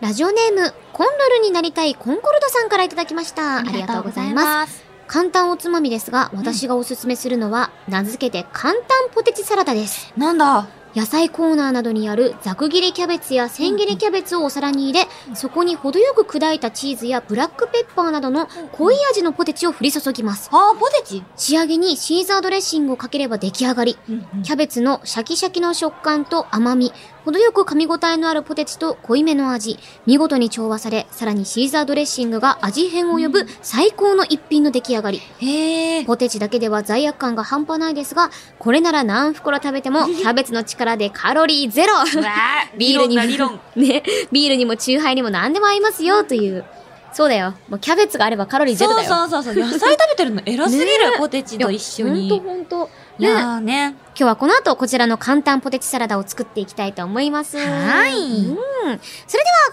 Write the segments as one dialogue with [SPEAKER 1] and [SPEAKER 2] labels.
[SPEAKER 1] ラジオネーム、コンドルになりたいコンコルドさんからいただきました。ありがとうございます。
[SPEAKER 2] す。
[SPEAKER 1] 簡単おつまみですが、私がおすすめするのは、名付けて簡単ポテチサラダです。
[SPEAKER 2] なんだ
[SPEAKER 1] 野菜コーナーなどにあるざく切りキャベツや千切りキャベツをお皿に入れ、そこに程よく砕いたチーズやブラックペッパーなどの濃い味のポテチを振り注ぎます。
[SPEAKER 2] あー、ポテチ
[SPEAKER 1] 仕上げにシーザードレッシングをかければ出来上がり。
[SPEAKER 2] うんうん
[SPEAKER 1] キャベツのシャキシャキの食感と甘み、程よく噛み応えのあるポテチと濃いめの味、見事に調和され、さらにシーザードレッシングが味変を呼ぶ最高の一品の出来上がり。
[SPEAKER 2] へえ。
[SPEAKER 1] ポテチだけでは罪悪感が半端ないですが、これなら何袋食べて もキャベツの力でカロリーゼロ ビールにも
[SPEAKER 2] 理論だ理論、
[SPEAKER 1] ね、ビールにもチューハイにも何でも合いますよという。そうだよ。もうキャベツがあればカロリーゼロ
[SPEAKER 2] そ
[SPEAKER 1] だ
[SPEAKER 2] う
[SPEAKER 1] よ。
[SPEAKER 2] そうそ うそう。野菜食べてるの偉すぎる、
[SPEAKER 1] ね
[SPEAKER 2] ポテチと一緒に。
[SPEAKER 1] いやほんとほんと。
[SPEAKER 2] い
[SPEAKER 1] ね
[SPEAKER 2] やーね。
[SPEAKER 1] 今日はこの後こちらの簡単ポテチサラダを作っていきたいと思います。
[SPEAKER 2] はい
[SPEAKER 1] うん。それでは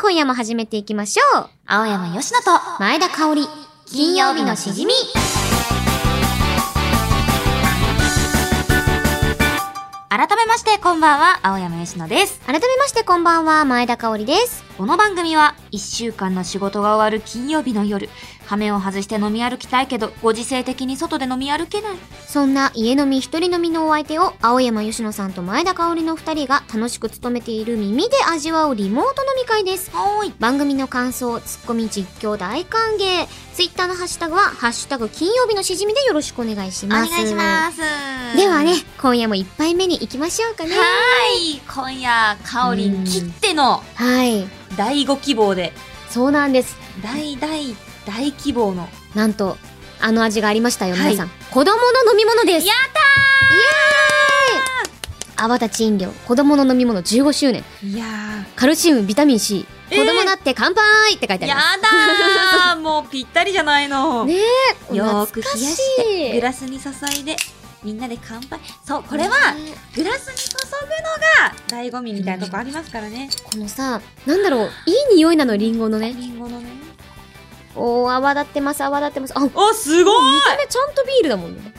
[SPEAKER 1] 今夜も始めていきましょう。青山よし
[SPEAKER 2] 野と、
[SPEAKER 1] 前田香織、金曜日のしじみ。
[SPEAKER 2] 改めまして、こんばんは、青山よしのです。
[SPEAKER 1] 改めましてこんばんは、前田香織です。
[SPEAKER 2] この番組は、一週間の仕事が終わる金曜日の夜、仮面を外して飲み歩きたいけど、ご時世的に外で飲み歩けない。
[SPEAKER 1] そんな家飲み一人飲みのお相手を青山よしのさんと前田香織の二人が楽しく務めている耳で味わうリモート飲み会です。
[SPEAKER 2] はーい。
[SPEAKER 1] 番組の感想、ツッコミ、実況大歓迎。ツイッターのハッシュタグは、ハッシュタグ金曜日のしじみでよろしくお願いし
[SPEAKER 2] お
[SPEAKER 1] ます。
[SPEAKER 2] す。
[SPEAKER 1] ではね、今夜も一杯目に行きましょうか
[SPEAKER 2] は
[SPEAKER 1] ね。
[SPEAKER 2] ーい。今夜、かおりん切っての
[SPEAKER 1] はい。
[SPEAKER 2] 第5希望で、
[SPEAKER 1] そうなんです。
[SPEAKER 2] 大大大希望の。
[SPEAKER 1] なんと、あの味がありましたよ、
[SPEAKER 2] はい
[SPEAKER 1] 皆さん。子供の飲み物です。
[SPEAKER 2] や
[SPEAKER 1] アバタチ飲料、子供の飲み物15周年、
[SPEAKER 2] いや
[SPEAKER 1] カルシウム、ビタミン C、
[SPEAKER 2] え
[SPEAKER 1] 子
[SPEAKER 2] ー
[SPEAKER 1] 供だって乾杯って書いてあり
[SPEAKER 2] や
[SPEAKER 1] ます。
[SPEAKER 2] だ ーもうぴったりじゃないの。
[SPEAKER 1] ねえ
[SPEAKER 2] よーく冷やし
[SPEAKER 1] 懐
[SPEAKER 2] て、グ
[SPEAKER 1] か
[SPEAKER 2] ラスに注いで、みんなで乾杯。そう、これは、
[SPEAKER 1] ね
[SPEAKER 2] グラスに注ぐのが、醍醐味みたいなとこありますからね。
[SPEAKER 1] このさ、なんだろう、いい匂いなの、リンゴのね。
[SPEAKER 2] リンゴのね。
[SPEAKER 1] おー、泡立ってます、泡立ってます。あ、見
[SPEAKER 2] お、すごい
[SPEAKER 1] た目ちゃんとビールだもんね。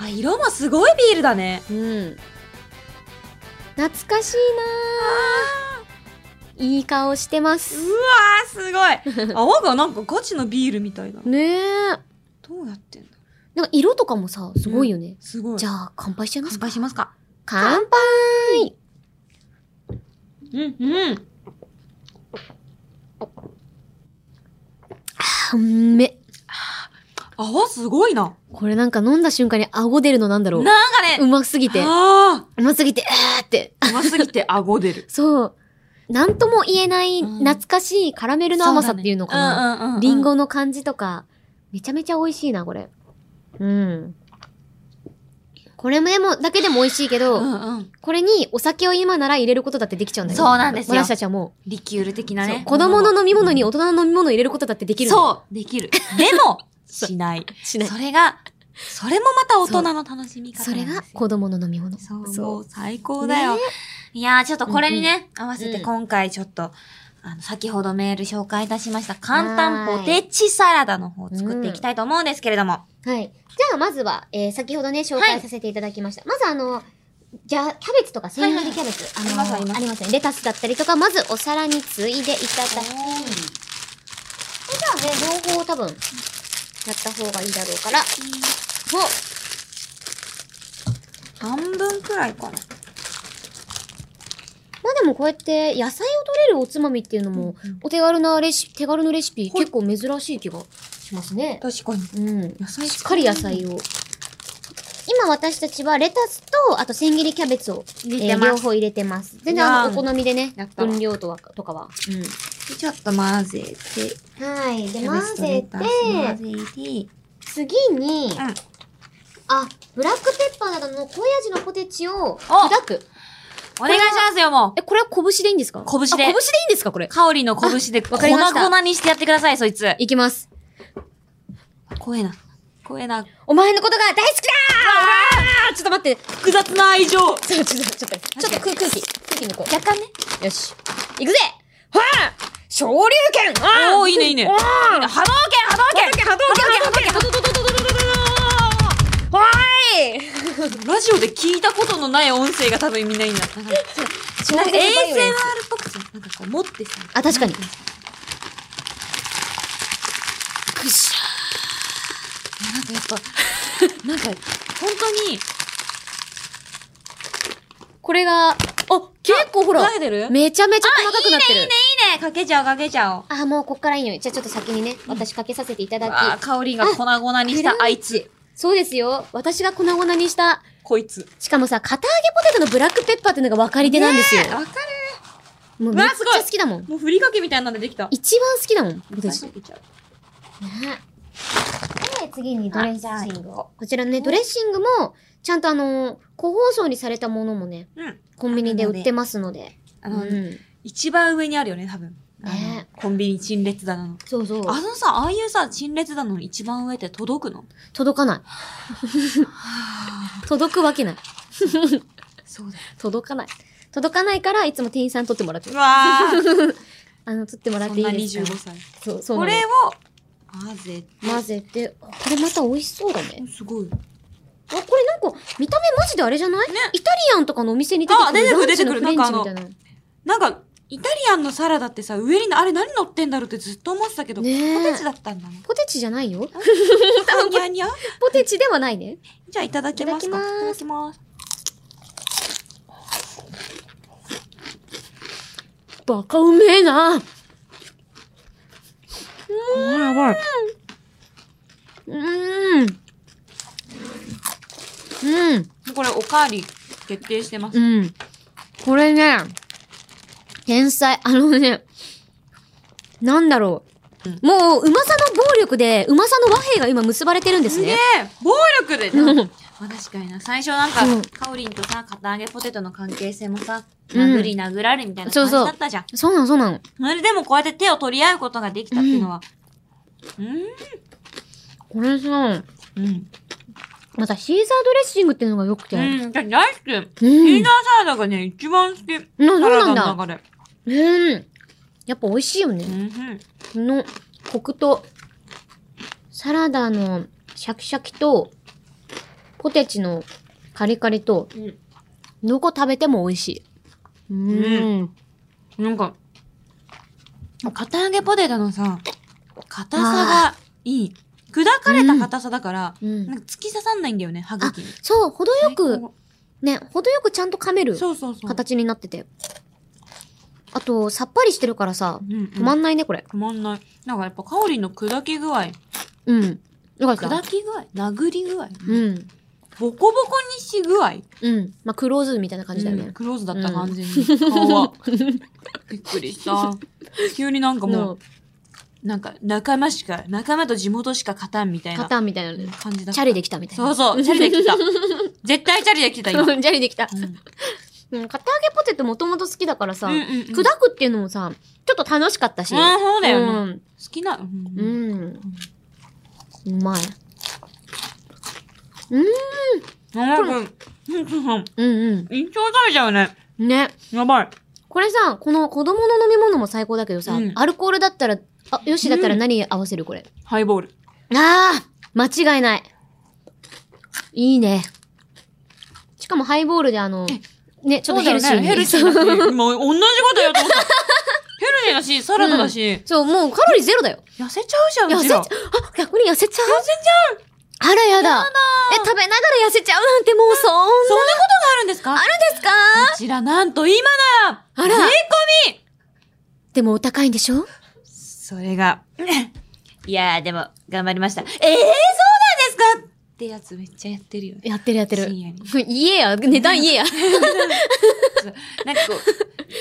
[SPEAKER 2] あ、色もすごいビールだね。
[SPEAKER 1] うん。懐かしいなーいい顔してま
[SPEAKER 2] う
[SPEAKER 1] す。
[SPEAKER 2] わー、すごい。泡がなんかガチのビールみたいな。
[SPEAKER 1] ねえ。
[SPEAKER 2] どうやってんだ
[SPEAKER 1] なんか色とかもさ、すごいよね。
[SPEAKER 2] すごい。
[SPEAKER 1] じ
[SPEAKER 2] ゃ
[SPEAKER 1] ゃあ、乾杯しちゃいますか。
[SPEAKER 2] 杯しますか。
[SPEAKER 1] 乾杯
[SPEAKER 2] うん、うん。
[SPEAKER 1] あんめ。
[SPEAKER 2] 泡すごいな。
[SPEAKER 1] これなんか飲んだ瞬間に顎出るのなんだろう。
[SPEAKER 2] なんかね、
[SPEAKER 1] うますぎて。
[SPEAKER 2] あ
[SPEAKER 1] うますぎて、あーって。。
[SPEAKER 2] あ、うますぎて顎出る
[SPEAKER 1] そう。なんとも言えない
[SPEAKER 2] うん
[SPEAKER 1] 懐かしいカラメルの甘さっていうのかな。
[SPEAKER 2] そうだねうんうんうんうん
[SPEAKER 1] リンゴの感じとか、めちゃめちゃ美味しいな、これ。うん。これもでも、だけでも美味しいけど、
[SPEAKER 2] うんうん。
[SPEAKER 1] これにお酒を今なら入れることだってできちゃうんだよ
[SPEAKER 2] そうなんですよ
[SPEAKER 1] 私たちはも
[SPEAKER 2] リキュール的
[SPEAKER 1] う、
[SPEAKER 2] な
[SPEAKER 1] そ
[SPEAKER 2] ね
[SPEAKER 1] う。子供の飲み物に大人の飲み物を入れることだってできるの
[SPEAKER 2] そう、できる。で も、しない。
[SPEAKER 1] しない
[SPEAKER 2] それが、それもまた大人の楽しみ方
[SPEAKER 1] そ
[SPEAKER 2] なん
[SPEAKER 1] れ
[SPEAKER 2] ですよ。
[SPEAKER 1] が子供の飲み物。
[SPEAKER 2] そう、も
[SPEAKER 1] そう
[SPEAKER 2] 最高だよ。
[SPEAKER 1] ね
[SPEAKER 2] いやー、ちょっとこれにね、合わせ
[SPEAKER 1] う
[SPEAKER 2] て
[SPEAKER 1] ん
[SPEAKER 2] 今回ちょっと、あの、先ほどメール紹介いたしました、簡単ポテチサラダの方を作っていきたいと思うんですけれども。
[SPEAKER 1] う。はい。じゃあ、まずは、えー、先ほどね、紹
[SPEAKER 2] は
[SPEAKER 1] 介
[SPEAKER 2] い
[SPEAKER 1] させていただきました。まず、あの、じゃあ、キャベツとか千切りキャベツ、
[SPEAKER 2] はい
[SPEAKER 1] あの
[SPEAKER 2] ありますあります
[SPEAKER 1] ありますね。レタスだったりとか、まずお皿についでいただき、じゃあね、両方多分、やった方がいいだろうから、もう、
[SPEAKER 2] 半分くらいかな。
[SPEAKER 1] まあでもこうやって野菜を取れるおつまみっていうのも、お手軽なレシピ、手軽のレシピ、
[SPEAKER 2] はい
[SPEAKER 1] 結構珍しい気がしますね。
[SPEAKER 2] 確かに。
[SPEAKER 1] うん。
[SPEAKER 2] 野菜
[SPEAKER 1] しっかり野菜を。今私たちはレタスと、あと千切りキャベツを、
[SPEAKER 2] 入れてます
[SPEAKER 1] 両方入れてます。全然あの、
[SPEAKER 2] う
[SPEAKER 1] お
[SPEAKER 2] ん
[SPEAKER 1] 好みでね
[SPEAKER 2] やっ、たわ
[SPEAKER 1] 分量とは、とかは。う
[SPEAKER 2] ちょっと混ぜて、
[SPEAKER 1] ん。はい。で、
[SPEAKER 2] キャ
[SPEAKER 1] 混
[SPEAKER 2] ベツとレ
[SPEAKER 1] ぜ
[SPEAKER 2] タス
[SPEAKER 1] て、
[SPEAKER 2] 混ぜて、
[SPEAKER 1] 次に、
[SPEAKER 2] うん
[SPEAKER 1] あ、ブラックペッパーなどの濃い味のポテチを
[SPEAKER 2] お
[SPEAKER 1] 砕く。
[SPEAKER 2] お願いしますよ、もう。
[SPEAKER 1] え、これは拳でいいんですか
[SPEAKER 2] 拳で
[SPEAKER 1] あ拳でいいんですかこれ。
[SPEAKER 2] 香りの拳で
[SPEAKER 1] あわ
[SPEAKER 2] 粉
[SPEAKER 1] かりました
[SPEAKER 2] 々にしてやってください、そいつ。
[SPEAKER 1] いきます。
[SPEAKER 2] 怖えな。怖えな。あ
[SPEAKER 1] お前のことが大好きだーちょっと待って。
[SPEAKER 2] 複雑な愛情。若
[SPEAKER 1] ちょっと、ちょっと、ちょっと、ちょっと空空気、空気抜こう。
[SPEAKER 2] 干ね。
[SPEAKER 1] よし。行くぜはあ昇竜拳あ
[SPEAKER 2] おーいいねいいね
[SPEAKER 1] おー
[SPEAKER 2] 波動拳波動拳波動拳波動拳
[SPEAKER 1] はーい
[SPEAKER 2] ラジオで聞いたことのない音声が多分みんないいんだ。なんか ASMR っぽくて。なんかこう持ってさ。
[SPEAKER 1] あ確かに
[SPEAKER 2] なんいう
[SPEAKER 1] くし
[SPEAKER 2] のなんかやっぱ、なんか、本当に、
[SPEAKER 1] これが、あ、結構ほら、
[SPEAKER 2] えてるいいね、
[SPEAKER 1] めちゃめちゃ細かくなってる。あ、
[SPEAKER 2] いいねかけちゃおう、かけちゃおう。
[SPEAKER 1] あ、もうこっからいいのよ。じゃあちょっと先にね、私かけさせていた
[SPEAKER 2] あ
[SPEAKER 1] だ
[SPEAKER 2] ー、
[SPEAKER 1] き。
[SPEAKER 2] 香りが粉々にした
[SPEAKER 1] あ
[SPEAKER 2] あいつ。
[SPEAKER 1] そうですよ。私が粉々にした、
[SPEAKER 2] こいつ。
[SPEAKER 1] しかもさ、片揚げポテトのブラックペッパーっていうのが分かり手なんですよ。
[SPEAKER 2] わかる。
[SPEAKER 1] もうめっ
[SPEAKER 2] うわすご
[SPEAKER 1] ちゃ
[SPEAKER 2] い
[SPEAKER 1] 好きだもん。
[SPEAKER 2] もうふりかけみたいなんでできた。
[SPEAKER 1] 一番好きだもん、
[SPEAKER 2] いっぱい
[SPEAKER 1] 私。
[SPEAKER 2] か
[SPEAKER 1] ね
[SPEAKER 2] けちゃう
[SPEAKER 1] で、次にドレッシング
[SPEAKER 2] あじゃあ
[SPEAKER 1] を。こちらね、ドレッシングも、ちゃんとあのー、個包装にされたものもね、
[SPEAKER 2] うん。
[SPEAKER 1] コンビニで売ってますので。
[SPEAKER 2] あの、
[SPEAKER 1] うん。
[SPEAKER 2] 一番上にあるよね、多分。あの
[SPEAKER 1] ね
[SPEAKER 2] コンビニ陳列棚の。
[SPEAKER 1] そうそう。
[SPEAKER 2] あのさ、ああいうさ、陳列棚の一番上って届くの
[SPEAKER 1] 届かない。届くわけない。
[SPEAKER 2] そうだよ。
[SPEAKER 1] 届かない。届かないから、いつも店員さんに撮ってもらって
[SPEAKER 2] う
[SPEAKER 1] る。
[SPEAKER 2] わー
[SPEAKER 1] あの、撮ってもらっ
[SPEAKER 2] そ
[SPEAKER 1] て
[SPEAKER 2] ん
[SPEAKER 1] い
[SPEAKER 2] ない
[SPEAKER 1] です
[SPEAKER 2] 25
[SPEAKER 1] か
[SPEAKER 2] 歳。
[SPEAKER 1] そう、そう
[SPEAKER 2] こ
[SPEAKER 1] なの
[SPEAKER 2] れを、混ぜて。
[SPEAKER 1] 混ぜて、あこれまた美味しそうだね。
[SPEAKER 2] すご
[SPEAKER 1] あ、
[SPEAKER 2] い。
[SPEAKER 1] これなんか、見た目マジであれじゃない
[SPEAKER 2] ね
[SPEAKER 1] イタリアンとかのお店に出てくる。
[SPEAKER 2] あ出てくる出てくる
[SPEAKER 1] ランチのフレンチみたい
[SPEAKER 2] なんかあの
[SPEAKER 1] な。
[SPEAKER 2] なんか、イタリアンのサラダってさ、上に、あれ何乗ってんだろうってずっと思ってたけど、ポ
[SPEAKER 1] ねえ
[SPEAKER 2] テチだったん だね。
[SPEAKER 1] ポテチじゃないよ。
[SPEAKER 2] ニャニャ
[SPEAKER 1] ポテチではないね。
[SPEAKER 2] じゃあいただきますか。い
[SPEAKER 1] いただきます
[SPEAKER 2] ただきます。
[SPEAKER 1] バカうめえな。
[SPEAKER 2] あやばい。
[SPEAKER 1] うーん。うん。
[SPEAKER 2] これおかわり決定してます。
[SPEAKER 1] うん。これね、天才。あのね、なんだろう。
[SPEAKER 2] うん
[SPEAKER 1] もう、うまさの暴力で、うまさの和平が今結ばれてるんです
[SPEAKER 2] すげえ
[SPEAKER 1] ね。
[SPEAKER 2] 暴力で
[SPEAKER 1] うん
[SPEAKER 2] まあ確かにな。最初なんか
[SPEAKER 1] うん、
[SPEAKER 2] カオリンとさ、片揚げポテトの関係性も
[SPEAKER 1] う
[SPEAKER 2] さ、
[SPEAKER 1] ん
[SPEAKER 2] 殴り殴られみたいな
[SPEAKER 1] そ
[SPEAKER 2] 感
[SPEAKER 1] う
[SPEAKER 2] じ
[SPEAKER 1] そう
[SPEAKER 2] だったじゃん。
[SPEAKER 1] そうなの、そうなの。
[SPEAKER 2] それでもこうやって手を取り合うことができたっていうのは、うん、
[SPEAKER 1] これさ、
[SPEAKER 2] うん。
[SPEAKER 1] またシーザードレッシングっていうのが良くて。
[SPEAKER 2] うん。私大好き。
[SPEAKER 1] う
[SPEAKER 2] ピー
[SPEAKER 1] ん
[SPEAKER 2] ナー。サラダがね、一番好き。
[SPEAKER 1] なそう
[SPEAKER 2] サラダ
[SPEAKER 1] な
[SPEAKER 2] の
[SPEAKER 1] んだ。
[SPEAKER 2] 中で。
[SPEAKER 1] うん。やっぱ美味しいよね
[SPEAKER 2] う。ん。
[SPEAKER 1] このコクと、サラダのシャキシャキと、ポテチのカリカリと、どこ食べても美味しい。うーん。
[SPEAKER 2] なんか、片揚げポテトのさ、硬さがいい。砕かれた硬さだから、
[SPEAKER 1] うん
[SPEAKER 2] なんか突き刺さんないんだよね、歯茎に。
[SPEAKER 1] そう、程よ
[SPEAKER 2] 最
[SPEAKER 1] く、
[SPEAKER 2] 高
[SPEAKER 1] ね、程よくちゃんと噛める
[SPEAKER 2] そうそうそう。
[SPEAKER 1] 形になってて。あと、さっぱりしてるからさ、
[SPEAKER 2] うんうん
[SPEAKER 1] 止まんないね、これ。
[SPEAKER 2] 止まんない。なんかやっぱ、香りの砕き具合。
[SPEAKER 1] うん。よかった
[SPEAKER 2] 砕。き具合殴り具合、
[SPEAKER 1] うん。
[SPEAKER 2] ボコボコにし具合
[SPEAKER 1] うん。まあ、クローズみたいな感じだよ
[SPEAKER 2] うん
[SPEAKER 1] ね。
[SPEAKER 2] クローズだっ
[SPEAKER 1] う
[SPEAKER 2] た、
[SPEAKER 1] ん
[SPEAKER 2] 完全に。顔は。びっくりした。急になんかも
[SPEAKER 1] の
[SPEAKER 2] う、、なんか、仲間しか、仲間と地元しか勝たんみたい
[SPEAKER 1] パ
[SPEAKER 2] な
[SPEAKER 1] ターンみたいなのね。
[SPEAKER 2] 感じだった。
[SPEAKER 1] チャリできたみたい
[SPEAKER 2] そう
[SPEAKER 1] な。
[SPEAKER 2] そう、チャリできた。絶対チャリできた、今。
[SPEAKER 1] チャリできた。
[SPEAKER 2] うん
[SPEAKER 1] うん、片揚げポテトもともと好きだからさ、
[SPEAKER 2] うんうんうん
[SPEAKER 1] 砕くっていうのもさ、ちょっと楽しかったし。
[SPEAKER 2] あーそうだよね
[SPEAKER 1] うん
[SPEAKER 2] 好きな、うん
[SPEAKER 1] う。ん。うまい。うん、
[SPEAKER 2] なんか、
[SPEAKER 1] う
[SPEAKER 2] うん
[SPEAKER 1] ん、
[SPEAKER 2] 一生食べちゃうね。
[SPEAKER 1] うん。ね。
[SPEAKER 2] やばい。
[SPEAKER 1] これさ、この子供の飲み物も最高だけどさ、
[SPEAKER 2] うん
[SPEAKER 1] アルコールだったら、あ、よしだったら何合わせるこれ。
[SPEAKER 2] ハイボール。
[SPEAKER 1] ああ間違いない。いいね。しかもハイボールであの、ね、ちょっとヘルシーに。
[SPEAKER 2] ヘルシーだ し、もう同じことやと思った。ヘルシーだし、サラダだ し、
[SPEAKER 1] そう、もうカロリーゼロだよ。
[SPEAKER 2] 痩せちゃうじ
[SPEAKER 1] 痩
[SPEAKER 2] ゃん、う
[SPEAKER 1] せ
[SPEAKER 2] ち
[SPEAKER 1] ちゃ
[SPEAKER 2] ら
[SPEAKER 1] う。あ、逆に痩せちゃう痩せちゃうあらやだ。え、食べながら痩せちゃうなんてもうそんな。
[SPEAKER 2] そんなことがあるんですか
[SPEAKER 1] あるんですか
[SPEAKER 2] こちら、なんと今なら、
[SPEAKER 1] あら
[SPEAKER 2] 税込み
[SPEAKER 1] でもお高いんでしょ
[SPEAKER 2] それが、 いやーでも、頑張りました。えー、そうなんですかってやつめっちゃやってる よね。
[SPEAKER 1] やってるやってる。
[SPEAKER 2] 深夜に
[SPEAKER 1] 言 えや、値段言え や。
[SPEAKER 2] そうなんかこう、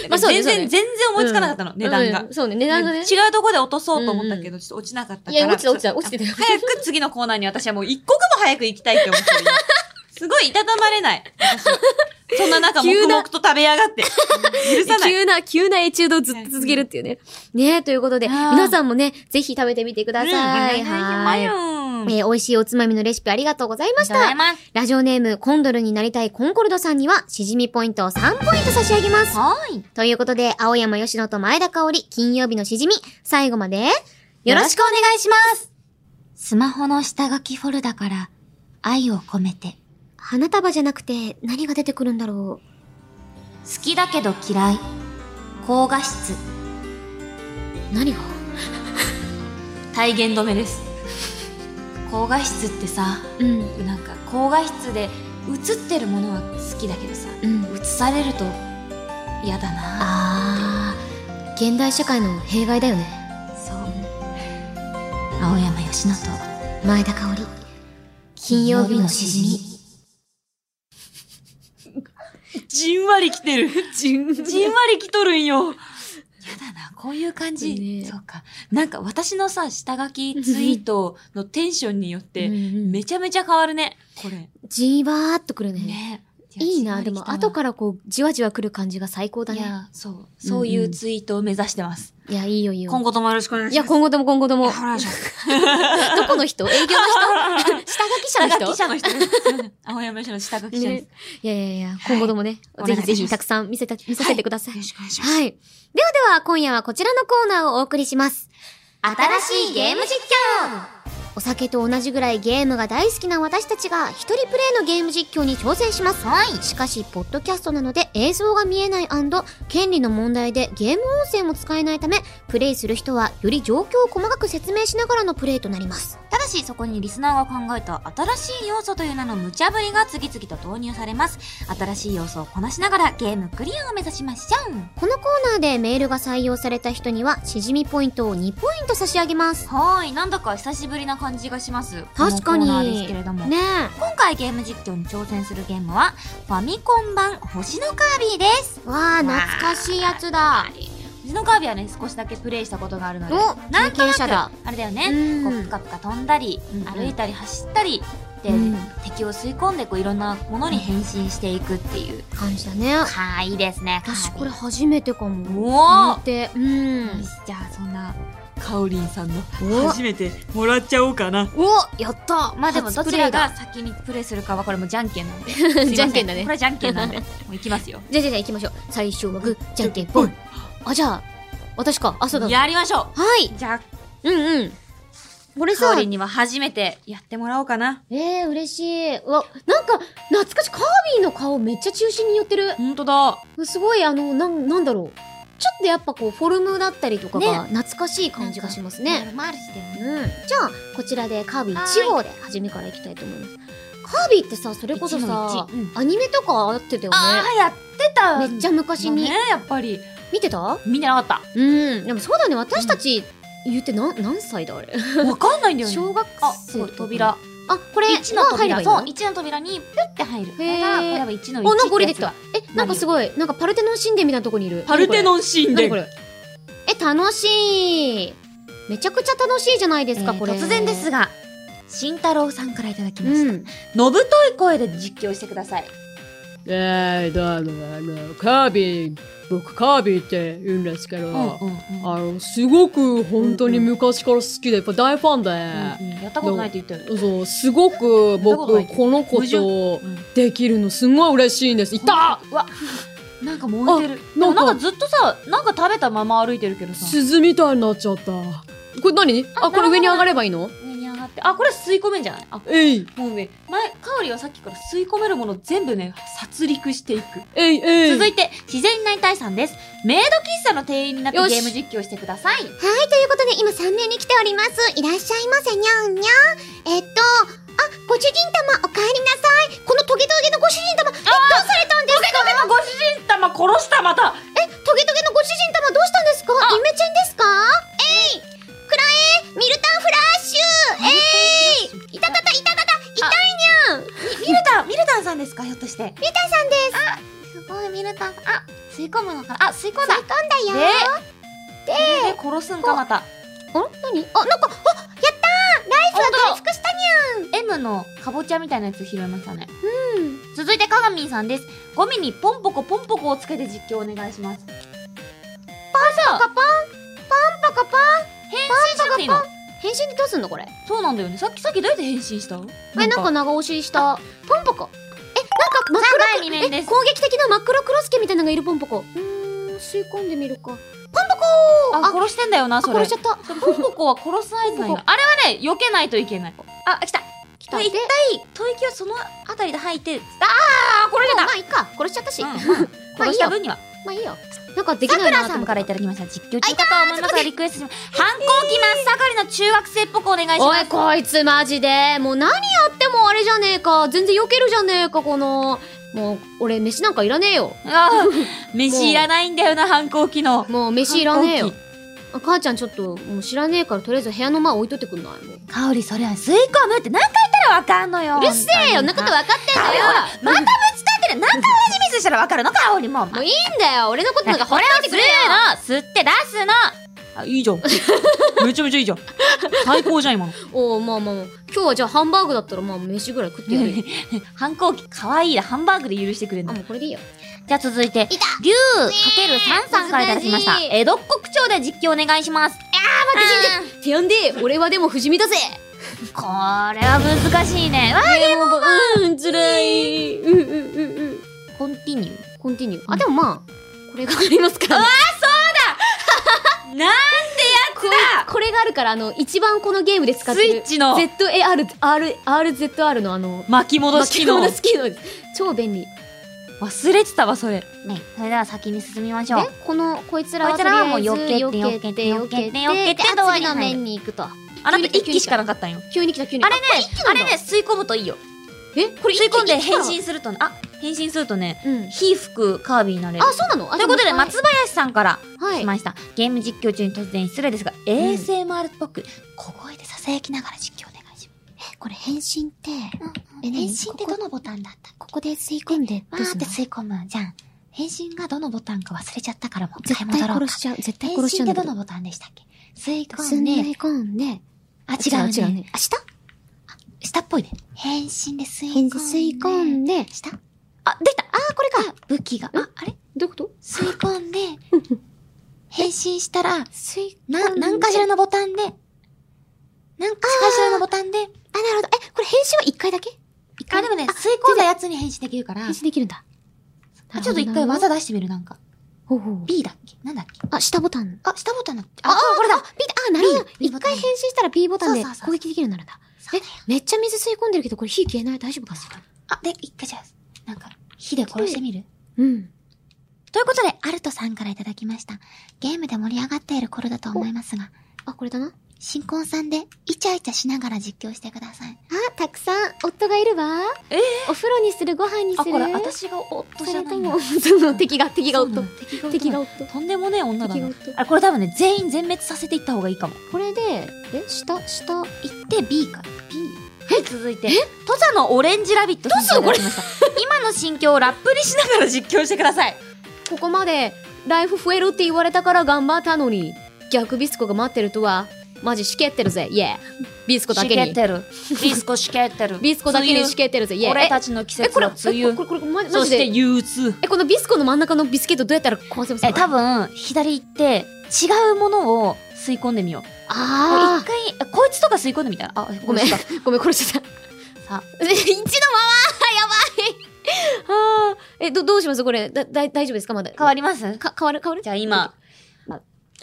[SPEAKER 1] まあそうね
[SPEAKER 2] 全然、
[SPEAKER 1] そうね
[SPEAKER 2] 全然思いつかなかったの、
[SPEAKER 1] うん
[SPEAKER 2] 値段が
[SPEAKER 1] うん。そうね、値段がね。
[SPEAKER 2] 違うとこで落とそうと思ったけど、ちょっと落ちなかったから。
[SPEAKER 1] いや落ちた落ちた落ちてたよ
[SPEAKER 2] 早く次のコーナーに私はもう一刻も早く行きたいって思ってる。 今すごいいたたまれない。私そんな中、
[SPEAKER 1] 急
[SPEAKER 2] 黙
[SPEAKER 1] な
[SPEAKER 2] 々と食べやがって。許さ ない。
[SPEAKER 1] 急な、急なエチュードをずっと続けるっていうね。ねえ、ということで、
[SPEAKER 2] あー
[SPEAKER 1] 皆さんもね、ぜひ食べてみてください。
[SPEAKER 2] うんお
[SPEAKER 1] は
[SPEAKER 2] 願いし
[SPEAKER 1] い。
[SPEAKER 2] ま
[SPEAKER 1] え
[SPEAKER 2] すよ。
[SPEAKER 1] ー美味しいおつまみのレシピありがとうございました。
[SPEAKER 2] まし
[SPEAKER 1] ラジオネーム、コンドルになりたいコンコルドさんには、しじみポイントを3ポイント差し上げます。
[SPEAKER 2] はい。
[SPEAKER 1] ということで、青山吉野と前田香織、金曜日のしじみ、最後まで、よろしくお願いします
[SPEAKER 2] スマホの下書きフォルダから、愛を込めて。
[SPEAKER 1] 花束じゃなくて、何が出てくるんだろ
[SPEAKER 2] 好きだけど嫌い。高画質
[SPEAKER 1] 何が
[SPEAKER 2] 体言止めです高画質ってさ
[SPEAKER 1] うん
[SPEAKER 2] なんか高画質で映ってるものは好きだけどさ
[SPEAKER 1] うん
[SPEAKER 2] 映されると嫌だな
[SPEAKER 1] あー現代社会の弊害だよね
[SPEAKER 2] そう青山佳乃と
[SPEAKER 1] 前田香織金曜日のしじみ
[SPEAKER 2] じんわりきてる
[SPEAKER 1] じん
[SPEAKER 2] じんわりきとるんよ。やだな、こういう感じ。
[SPEAKER 1] ね
[SPEAKER 2] そうか。なんか私のさ、下書きツイートのテンションによって、めちゃめちゃ変わるね。これ。
[SPEAKER 1] じわーっとくるね
[SPEAKER 2] ね。や
[SPEAKER 1] いい
[SPEAKER 2] じんわ
[SPEAKER 1] な
[SPEAKER 2] り
[SPEAKER 1] で
[SPEAKER 2] きた
[SPEAKER 1] も
[SPEAKER 2] わ
[SPEAKER 1] 後からこうじわじわくる感じが最高だ
[SPEAKER 2] い
[SPEAKER 1] ね
[SPEAKER 2] や、そう。そういうツイートを目指してます。
[SPEAKER 1] いやいいよいいよ
[SPEAKER 2] 今後ともよろしくお願い
[SPEAKER 1] い
[SPEAKER 2] し
[SPEAKER 1] や
[SPEAKER 2] ます。
[SPEAKER 1] 今後とも今後とも
[SPEAKER 2] お願いします。
[SPEAKER 1] どこの人営業の人 下書
[SPEAKER 2] 下
[SPEAKER 1] き者の
[SPEAKER 2] 書
[SPEAKER 1] 人
[SPEAKER 2] き者の人です。青山社の下書き者です。
[SPEAKER 1] ねいやいやいや、今後ともね、
[SPEAKER 2] はい
[SPEAKER 1] ぜ
[SPEAKER 2] お願いし
[SPEAKER 1] ひ
[SPEAKER 2] ます
[SPEAKER 1] ぜひたくさん見せた、見させてください。は
[SPEAKER 2] よろしくお願いしま
[SPEAKER 1] い。
[SPEAKER 2] す。
[SPEAKER 1] ではでは、今夜はこちらのコーナーをお送りします。新しいゲーム実況お酒と同じぐらいゲームが大好きな私たちが一人プレイのゲーム実況に挑戦します。しかし、ポッドキャストなので映像が見えない権利の問題でゲーム音声も使えないため、プレイする人はより状況を細かく説明しながらのプレイとなります。
[SPEAKER 2] ただしそこにリスナーが考えた新しい要素という名の無茶ぶりが次々と投入されます新しい要素をこなしながらゲームクリアを目指しましょう
[SPEAKER 1] このコーナーでメールが採用された人には、しじみポイントを2ポイント差し上げます。
[SPEAKER 2] はーいなんだか久しぶりな感じがします
[SPEAKER 1] 確かに
[SPEAKER 2] このコーナーですけれども、
[SPEAKER 1] ね
[SPEAKER 2] 今回ゲーム実況に挑戦するゲームはファミコン版星のカービィです
[SPEAKER 1] え。わあ、懐かしいやつだ。
[SPEAKER 2] 星のカービィはね少しだけプレイしたことがあるので
[SPEAKER 1] お、
[SPEAKER 2] な
[SPEAKER 1] 経
[SPEAKER 2] ん
[SPEAKER 1] 験
[SPEAKER 2] とな
[SPEAKER 1] 者
[SPEAKER 2] くあ
[SPEAKER 1] だ。
[SPEAKER 2] れだよ
[SPEAKER 1] う
[SPEAKER 2] ねこうプ
[SPEAKER 1] ん。
[SPEAKER 2] カプカ飛んだり、
[SPEAKER 1] うんうん
[SPEAKER 2] 歩いたり走ったりで、
[SPEAKER 1] うん
[SPEAKER 2] 敵を吸い込んでこういろんなものに変身していくっていう
[SPEAKER 1] 感じだね。
[SPEAKER 2] かわいいですね
[SPEAKER 1] 私これ初めてかも。
[SPEAKER 2] おお
[SPEAKER 1] って、うん。
[SPEAKER 2] じゃあそんなかおりんさんの
[SPEAKER 1] お
[SPEAKER 2] めてもらっちゃおうかな
[SPEAKER 1] お、やった。
[SPEAKER 2] まあでもど
[SPEAKER 1] 初プ
[SPEAKER 2] ち
[SPEAKER 1] レ
[SPEAKER 2] ら
[SPEAKER 1] イだ
[SPEAKER 2] が先にプレイするかはこれもじゃんけんなんで
[SPEAKER 1] じゃんけんだ
[SPEAKER 2] すい
[SPEAKER 1] ね
[SPEAKER 2] ませこれ。はじゃんけんなんでもういきますよ
[SPEAKER 1] じゃあじゃあじゃあ行きましょう。最初はグー、じゃんけんぽん。あ、じゃあ、私か。あ、そうだ。は
[SPEAKER 2] やりましょ
[SPEAKER 1] い。
[SPEAKER 2] うじゃあ
[SPEAKER 1] うんうん。これ
[SPEAKER 2] かお
[SPEAKER 1] さ
[SPEAKER 2] り、んには初めてやってもらおうかな
[SPEAKER 1] えー、嬉しい。うわ、なんか、懐かしい。カービィの顔めっちゃ中心に寄ってる。
[SPEAKER 2] ほんとだ
[SPEAKER 1] すごいあのなんなんだろうちょっとやっぱこうフォルムだったりとかが懐かしい感じがしますね
[SPEAKER 2] マルチでも
[SPEAKER 1] うん、じゃあこちらでカービィ1号で初めからいきたいと思いますカービィってさそれこそさ
[SPEAKER 2] 一の一うん
[SPEAKER 1] アニメとかあってたよね
[SPEAKER 2] ああやってた
[SPEAKER 1] めっちゃ昔に、
[SPEAKER 2] ねやっぱり
[SPEAKER 1] 見てた
[SPEAKER 2] 見てなかっ
[SPEAKER 1] うんでもそうだね私たち言って何何歳だあれ
[SPEAKER 2] たわかんないんだよね
[SPEAKER 1] 小学生
[SPEAKER 2] あすごい扉
[SPEAKER 1] あこれ
[SPEAKER 2] 一の
[SPEAKER 1] が入れば
[SPEAKER 2] 扉
[SPEAKER 1] いい
[SPEAKER 2] そう
[SPEAKER 1] の
[SPEAKER 2] 一の扉にプッて入るだか
[SPEAKER 1] へー
[SPEAKER 2] らこれは一の一
[SPEAKER 1] おなんか降り
[SPEAKER 2] って
[SPEAKER 1] き
[SPEAKER 2] やつが
[SPEAKER 1] たえなんかすごいなんかパルテノン神殿みたいなとこにいる
[SPEAKER 2] パルテノン神
[SPEAKER 1] 何
[SPEAKER 2] 殿
[SPEAKER 1] これえ楽しいめちゃくちゃ楽しいじゃないですか、
[SPEAKER 2] えー
[SPEAKER 1] これ
[SPEAKER 2] 突然ですが慎太郎さんからいただきまし
[SPEAKER 1] う
[SPEAKER 2] た、
[SPEAKER 1] ん
[SPEAKER 2] のぶとい声で実況してください
[SPEAKER 3] えー、だあの、あの、カービィ、僕カービィって言うんですけど、あの、すごく本当に昔から好きで、やっぱ大ファンで、
[SPEAKER 2] やったことないって言ったよね
[SPEAKER 3] そう、すご
[SPEAKER 2] そ
[SPEAKER 3] く
[SPEAKER 2] んなことな
[SPEAKER 3] 僕、
[SPEAKER 2] い
[SPEAKER 3] このことをできるのすごい嬉しいんです。いた
[SPEAKER 2] うわなんか燃えてる
[SPEAKER 3] あ
[SPEAKER 2] でも
[SPEAKER 3] なん
[SPEAKER 2] な
[SPEAKER 3] か
[SPEAKER 2] んかずっとさなんか食べたまま歩いてるけどさ
[SPEAKER 3] 鈴みたいになっちゃった。これ何あ、これ上に上がればいいの
[SPEAKER 2] 上に上がってあこれ吸い込めんじゃないあ
[SPEAKER 3] えい、
[SPEAKER 2] もうね前かおりはさっきから吸い込めるもの全部ね殺戮していく
[SPEAKER 3] えい、えい。
[SPEAKER 2] 続いて自然になりたいさんですメイド喫茶の店員になって
[SPEAKER 3] よし
[SPEAKER 2] ゲーム実況してください
[SPEAKER 1] はい、ということで、今3名に来ております。いらっしゃいませ、にゃんにゃん。えっと、あ、ご主人様、お帰りなさい。このトゲトゲのご主人様、え、どうされたんですか
[SPEAKER 2] ご主人様殺したまた
[SPEAKER 1] トゲトゲのご主人様、どうしたんですかイメチェンですかえいくらえミルタンフラッシュえいいたたた、いたたた、痛いにゃん
[SPEAKER 2] ミルタン、ミルタンさんですかひょっとして。
[SPEAKER 1] ミルタンさんです。
[SPEAKER 2] すごい、ミルタン。あ、吸い込むのかなあ、吸い込んだ。
[SPEAKER 1] 吸い込んだよ。
[SPEAKER 2] で、で殺すんかまた。
[SPEAKER 1] あ、何あ、なんか、あ、やったーライフが回復したに
[SPEAKER 2] M のかぼちゃみたいなやつ拾いましたね。
[SPEAKER 1] ゃん
[SPEAKER 2] 続いて、かがみんさんです。ゴミにポンポコポンポコをつけて実況お願いします。パ
[SPEAKER 1] パカパンパンパカパン
[SPEAKER 2] 変身しなくていいの
[SPEAKER 1] 変身でどうすんのこれ
[SPEAKER 2] そうなんだよね。さっきさっきどうやって変身したなん
[SPEAKER 1] え、なんか長押ししたポンポコえ、なんか真っ
[SPEAKER 2] 三
[SPEAKER 1] 黒
[SPEAKER 2] 枚
[SPEAKER 1] く
[SPEAKER 2] 二面で
[SPEAKER 1] え
[SPEAKER 2] す
[SPEAKER 1] 攻撃的な真っ黒クロスケみたいなのがいるポンポコうーん、吸い込んでみるかポンポコー
[SPEAKER 2] あ、
[SPEAKER 1] あ、
[SPEAKER 2] 殺してんだよな、
[SPEAKER 1] あ
[SPEAKER 2] それ
[SPEAKER 1] 殺しちゃ。った
[SPEAKER 2] ポンポコは殺す合図
[SPEAKER 1] ポン
[SPEAKER 2] なん
[SPEAKER 1] ポ
[SPEAKER 2] よ。あれはね、避けないといけない。あ、来た。
[SPEAKER 1] 来た
[SPEAKER 2] で
[SPEAKER 1] で
[SPEAKER 2] 一体、吐息をそのあたりで吐いて、あー、これ
[SPEAKER 1] ま
[SPEAKER 2] だ
[SPEAKER 1] あまあいいか、殺しちゃったし
[SPEAKER 2] うん
[SPEAKER 1] ま
[SPEAKER 2] まあ
[SPEAKER 1] あい
[SPEAKER 2] 殺
[SPEAKER 1] い
[SPEAKER 2] した
[SPEAKER 1] よ
[SPEAKER 2] 分には
[SPEAKER 1] まあいいよ。なんかでき
[SPEAKER 2] さ
[SPEAKER 1] な
[SPEAKER 2] く
[SPEAKER 1] いな
[SPEAKER 2] ら
[SPEAKER 1] と
[SPEAKER 2] さ
[SPEAKER 1] 思
[SPEAKER 2] ん
[SPEAKER 1] っ
[SPEAKER 2] からい
[SPEAKER 1] た
[SPEAKER 2] ただきました。実況中かと思いますが、リクエストします。反抗期真っ盛りの中学生っぽくお願いし
[SPEAKER 1] お
[SPEAKER 2] ま
[SPEAKER 1] い
[SPEAKER 2] す。
[SPEAKER 1] こいつマジでもう何やってもあれじゃねえか全然避けるじゃねえかこのもう俺飯なんかいらねえよ
[SPEAKER 2] ああ、 飯いらないんだよな、反抗期の。
[SPEAKER 1] もう飯いらねえ
[SPEAKER 2] 反
[SPEAKER 1] よ
[SPEAKER 2] 抗
[SPEAKER 1] あ母ちゃんちょっともう知らねえからとりあえず部屋の前置いといてくんないもう
[SPEAKER 2] かおり、それは吸い込むって何回言ったらわかんのよ。
[SPEAKER 1] うるせえよそんなこと分かってんだよ
[SPEAKER 2] またぶつかってる。何回同じミスしたらわかるのかおりも。
[SPEAKER 1] もういいんだよ俺のことなんかほっといてくれよ
[SPEAKER 2] 吸うの吸って出すのあ、いいじ ゃん。めちゃめちゃいいじゃん。最高じゃん、今の。
[SPEAKER 1] おうまあまあまあ今日はじゃあハンバーグだったらまあ飯ぐらい食ってやるよ
[SPEAKER 2] 反抗期、かわいいな。ハンバーグで許してくれる
[SPEAKER 1] あ
[SPEAKER 2] の。
[SPEAKER 1] もうこれでいいよ
[SPEAKER 2] じゃあ続いて、
[SPEAKER 1] い
[SPEAKER 2] 竜×3さんからいただきました
[SPEAKER 1] 難し。い
[SPEAKER 2] 江戸っ子口調で実況お願いします。
[SPEAKER 1] あ待って
[SPEAKER 2] うん
[SPEAKER 1] 死んでてやんで俺はでも不死身だぜ
[SPEAKER 2] これは難しいね。わあ、でも、
[SPEAKER 1] うんつらいうんうんうんうん
[SPEAKER 2] コンティニュー。
[SPEAKER 1] コンティニューあでもまあこれがありますからね
[SPEAKER 2] なんでやっ
[SPEAKER 1] これがあるからあの一番このゲームで使ってる
[SPEAKER 2] スイッチの
[SPEAKER 1] ZARRZR のあの
[SPEAKER 2] 巻き戻し機能。
[SPEAKER 1] スキーの超便利
[SPEAKER 2] 忘れてたわ、それ。ね、それでは先に進みまし
[SPEAKER 1] で
[SPEAKER 2] ょう。
[SPEAKER 1] このこいつら
[SPEAKER 2] こ
[SPEAKER 1] はい
[SPEAKER 2] つらはもう
[SPEAKER 1] とりあえず
[SPEAKER 2] 避けて
[SPEAKER 1] 避けて
[SPEAKER 2] 避
[SPEAKER 1] 避
[SPEAKER 2] けて
[SPEAKER 1] けて
[SPEAKER 2] 避け
[SPEAKER 1] で
[SPEAKER 2] てあとは
[SPEAKER 1] 次の面に行くと
[SPEAKER 2] あなた一機しかなかったんよ。
[SPEAKER 1] 急に来た急に
[SPEAKER 2] あれね
[SPEAKER 1] こ一気、な
[SPEAKER 2] あ
[SPEAKER 1] んだ
[SPEAKER 2] れね、吸い込むといいよ。
[SPEAKER 1] えこれ
[SPEAKER 2] 吸い込んで
[SPEAKER 1] 一気
[SPEAKER 2] 変
[SPEAKER 1] に来た
[SPEAKER 2] 身するとね、あ、変身するとね、
[SPEAKER 1] うん
[SPEAKER 2] 火吹くカービィになれる
[SPEAKER 1] あ。そうなの
[SPEAKER 2] と
[SPEAKER 1] あ
[SPEAKER 2] いうことで、
[SPEAKER 1] じゃあもう一
[SPEAKER 2] 松林さんから
[SPEAKER 1] 回はい
[SPEAKER 2] しました。ゲーム実況中に突然失礼ですが、ASMR っぽく小声で囁きながら実況お願いしま
[SPEAKER 4] これ変身って、
[SPEAKER 2] す。
[SPEAKER 4] 変身ってど
[SPEAKER 2] のボタンだった
[SPEAKER 4] ここで吸い込んで、ど
[SPEAKER 2] わー
[SPEAKER 4] う
[SPEAKER 2] っ
[SPEAKER 4] すん
[SPEAKER 2] て
[SPEAKER 4] の
[SPEAKER 2] 吸い込む。じゃん。変身がどのボタンか忘れちゃったからもう一回
[SPEAKER 4] 絶対
[SPEAKER 2] 戻ろうか
[SPEAKER 4] 殺。しちゃう。絶対
[SPEAKER 2] 変
[SPEAKER 4] 殺しち
[SPEAKER 2] 身
[SPEAKER 4] ゃ
[SPEAKER 2] っ
[SPEAKER 4] うんだ
[SPEAKER 2] てど
[SPEAKER 4] け
[SPEAKER 2] の
[SPEAKER 4] ど。
[SPEAKER 2] ボタンでしたっけ吸い込
[SPEAKER 4] 吸
[SPEAKER 2] んで、
[SPEAKER 4] い込んで、
[SPEAKER 2] あ、違
[SPEAKER 1] 違
[SPEAKER 2] う
[SPEAKER 1] う違う
[SPEAKER 2] ね。
[SPEAKER 1] ね
[SPEAKER 2] あ、下下っぽいね。変身で吸い込ん
[SPEAKER 4] 変
[SPEAKER 2] で。
[SPEAKER 4] 身吸い込んで、
[SPEAKER 2] 下あ、出たあー、これか武器が。あ、あれ
[SPEAKER 1] どういうこと
[SPEAKER 2] 吸い込 んで、変身したら、
[SPEAKER 4] 吸い、
[SPEAKER 2] な、何かしらのボタンで、何かしらのボタンで、
[SPEAKER 4] あ、なるほど。え、これ変身は一回だけ一
[SPEAKER 2] あ、
[SPEAKER 4] 回
[SPEAKER 2] でもね、吸い込んだやつに変身できるから、
[SPEAKER 4] 変身できるんだ。
[SPEAKER 2] あちょっと一回技出してみる、なんか。
[SPEAKER 4] ほうほう。
[SPEAKER 2] B だっけなんだっけ
[SPEAKER 4] あ、下ボタン。
[SPEAKER 2] あ、下ボタンだっけ
[SPEAKER 4] あ、
[SPEAKER 2] あ、
[SPEAKER 4] これだ。B、あ、なるほど。
[SPEAKER 2] B
[SPEAKER 4] 一回変身したら B ボタンで
[SPEAKER 2] そうそうそう
[SPEAKER 4] 攻撃できるようになるんだ。
[SPEAKER 2] そうだよ
[SPEAKER 4] めっちゃ水吸い込んでるけど、これ火消えない大丈夫かな
[SPEAKER 2] あ、で、一回じゃあ、なんか、火で殺してみる
[SPEAKER 4] うん。
[SPEAKER 2] ということで、アルトさんからいただきました。ゲームで盛り上がっている頃だと思いますが、
[SPEAKER 4] あ、これだな。
[SPEAKER 2] 新婚さんで、イチャイチャしながら実況してください。
[SPEAKER 4] あ、たくさん、夫がいるわ。
[SPEAKER 2] え
[SPEAKER 4] お風呂にする、ご飯にする。
[SPEAKER 2] が夫
[SPEAKER 4] それと
[SPEAKER 2] ん
[SPEAKER 4] も、
[SPEAKER 2] だ
[SPEAKER 4] その敵が、敵が夫。
[SPEAKER 2] 敵が
[SPEAKER 4] 敵が夫。
[SPEAKER 2] とんでもねえ女
[SPEAKER 4] 敵が夫。
[SPEAKER 2] あ、これ多分ね、全員全滅させていった方がいいかも。
[SPEAKER 4] これで、え、下、下、
[SPEAKER 2] 行って B か。B? はい、続いて、土佐のオレンジラビットさんからいただきました。今の心境をラップにしながら実況してください。
[SPEAKER 1] ここまでライフ増えるって言われたから頑張ったのに逆ビスコが待ってるとはマジしけってるぜイエービスコだけに
[SPEAKER 2] てる。ビスコしけってる
[SPEAKER 1] ビスコだけにしけってるぜイエー
[SPEAKER 2] 俺たちの季
[SPEAKER 1] え
[SPEAKER 2] 節
[SPEAKER 1] これ
[SPEAKER 2] の
[SPEAKER 1] え
[SPEAKER 2] 梅雨
[SPEAKER 1] これこれこれマジ
[SPEAKER 2] そ
[SPEAKER 1] マ
[SPEAKER 2] し
[SPEAKER 1] ジ
[SPEAKER 2] て
[SPEAKER 1] で
[SPEAKER 2] 憂鬱
[SPEAKER 1] えこのビスコの真ん中のビスケットどうやったら壊せますか
[SPEAKER 2] え多分左行って違うものを吸い込んでみよう一
[SPEAKER 1] あ
[SPEAKER 2] 回えこいつとか吸い込んでみたらあ
[SPEAKER 1] あごめん
[SPEAKER 2] こいつか
[SPEAKER 1] ごめん殺しちゃった
[SPEAKER 2] さ
[SPEAKER 1] 一のままやばいあーえどどうしますこれだだ大丈夫ですかまだ
[SPEAKER 2] 変わります
[SPEAKER 1] か変わる変わる
[SPEAKER 2] じゃあ今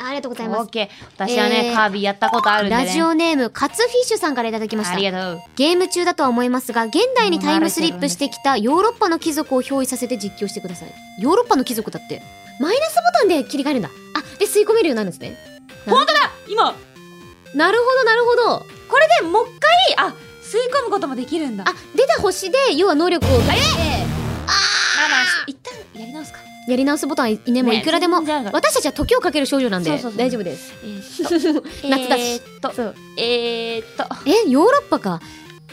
[SPEAKER 1] ありがとうございます
[SPEAKER 2] OK 私はね、
[SPEAKER 1] えー
[SPEAKER 2] カービィやったことあるんで、ね、
[SPEAKER 1] ラジオネームカツフィッシュさんからいただきました
[SPEAKER 2] ありがとう
[SPEAKER 1] ゲーム中だとは思いますが、現代にタイムスリップしてきたヨーロッパの貴族を憑依させて実況してください。ヨーロッパの貴族だって、マイナスボタンで切り替えるんだ。あ、で吸い込めるようになるんですね。
[SPEAKER 2] 今こ
[SPEAKER 1] なるほど、なるほど。
[SPEAKER 2] れでもう一回あ吸い込むこともできるんだ
[SPEAKER 1] あ、出た星で、要は能力を変え
[SPEAKER 2] まあまあ一旦やり直すか、
[SPEAKER 1] て、やり直すボタンいねもういくらでも。
[SPEAKER 2] ね全然ある
[SPEAKER 1] 私たちは時をかける少女なんで、
[SPEAKER 2] そうそうそう
[SPEAKER 1] 大丈夫です。
[SPEAKER 2] えーっと
[SPEAKER 1] 夏だし
[SPEAKER 2] えーっと
[SPEAKER 1] そう
[SPEAKER 2] えーっと
[SPEAKER 1] え、ヨーロッパか。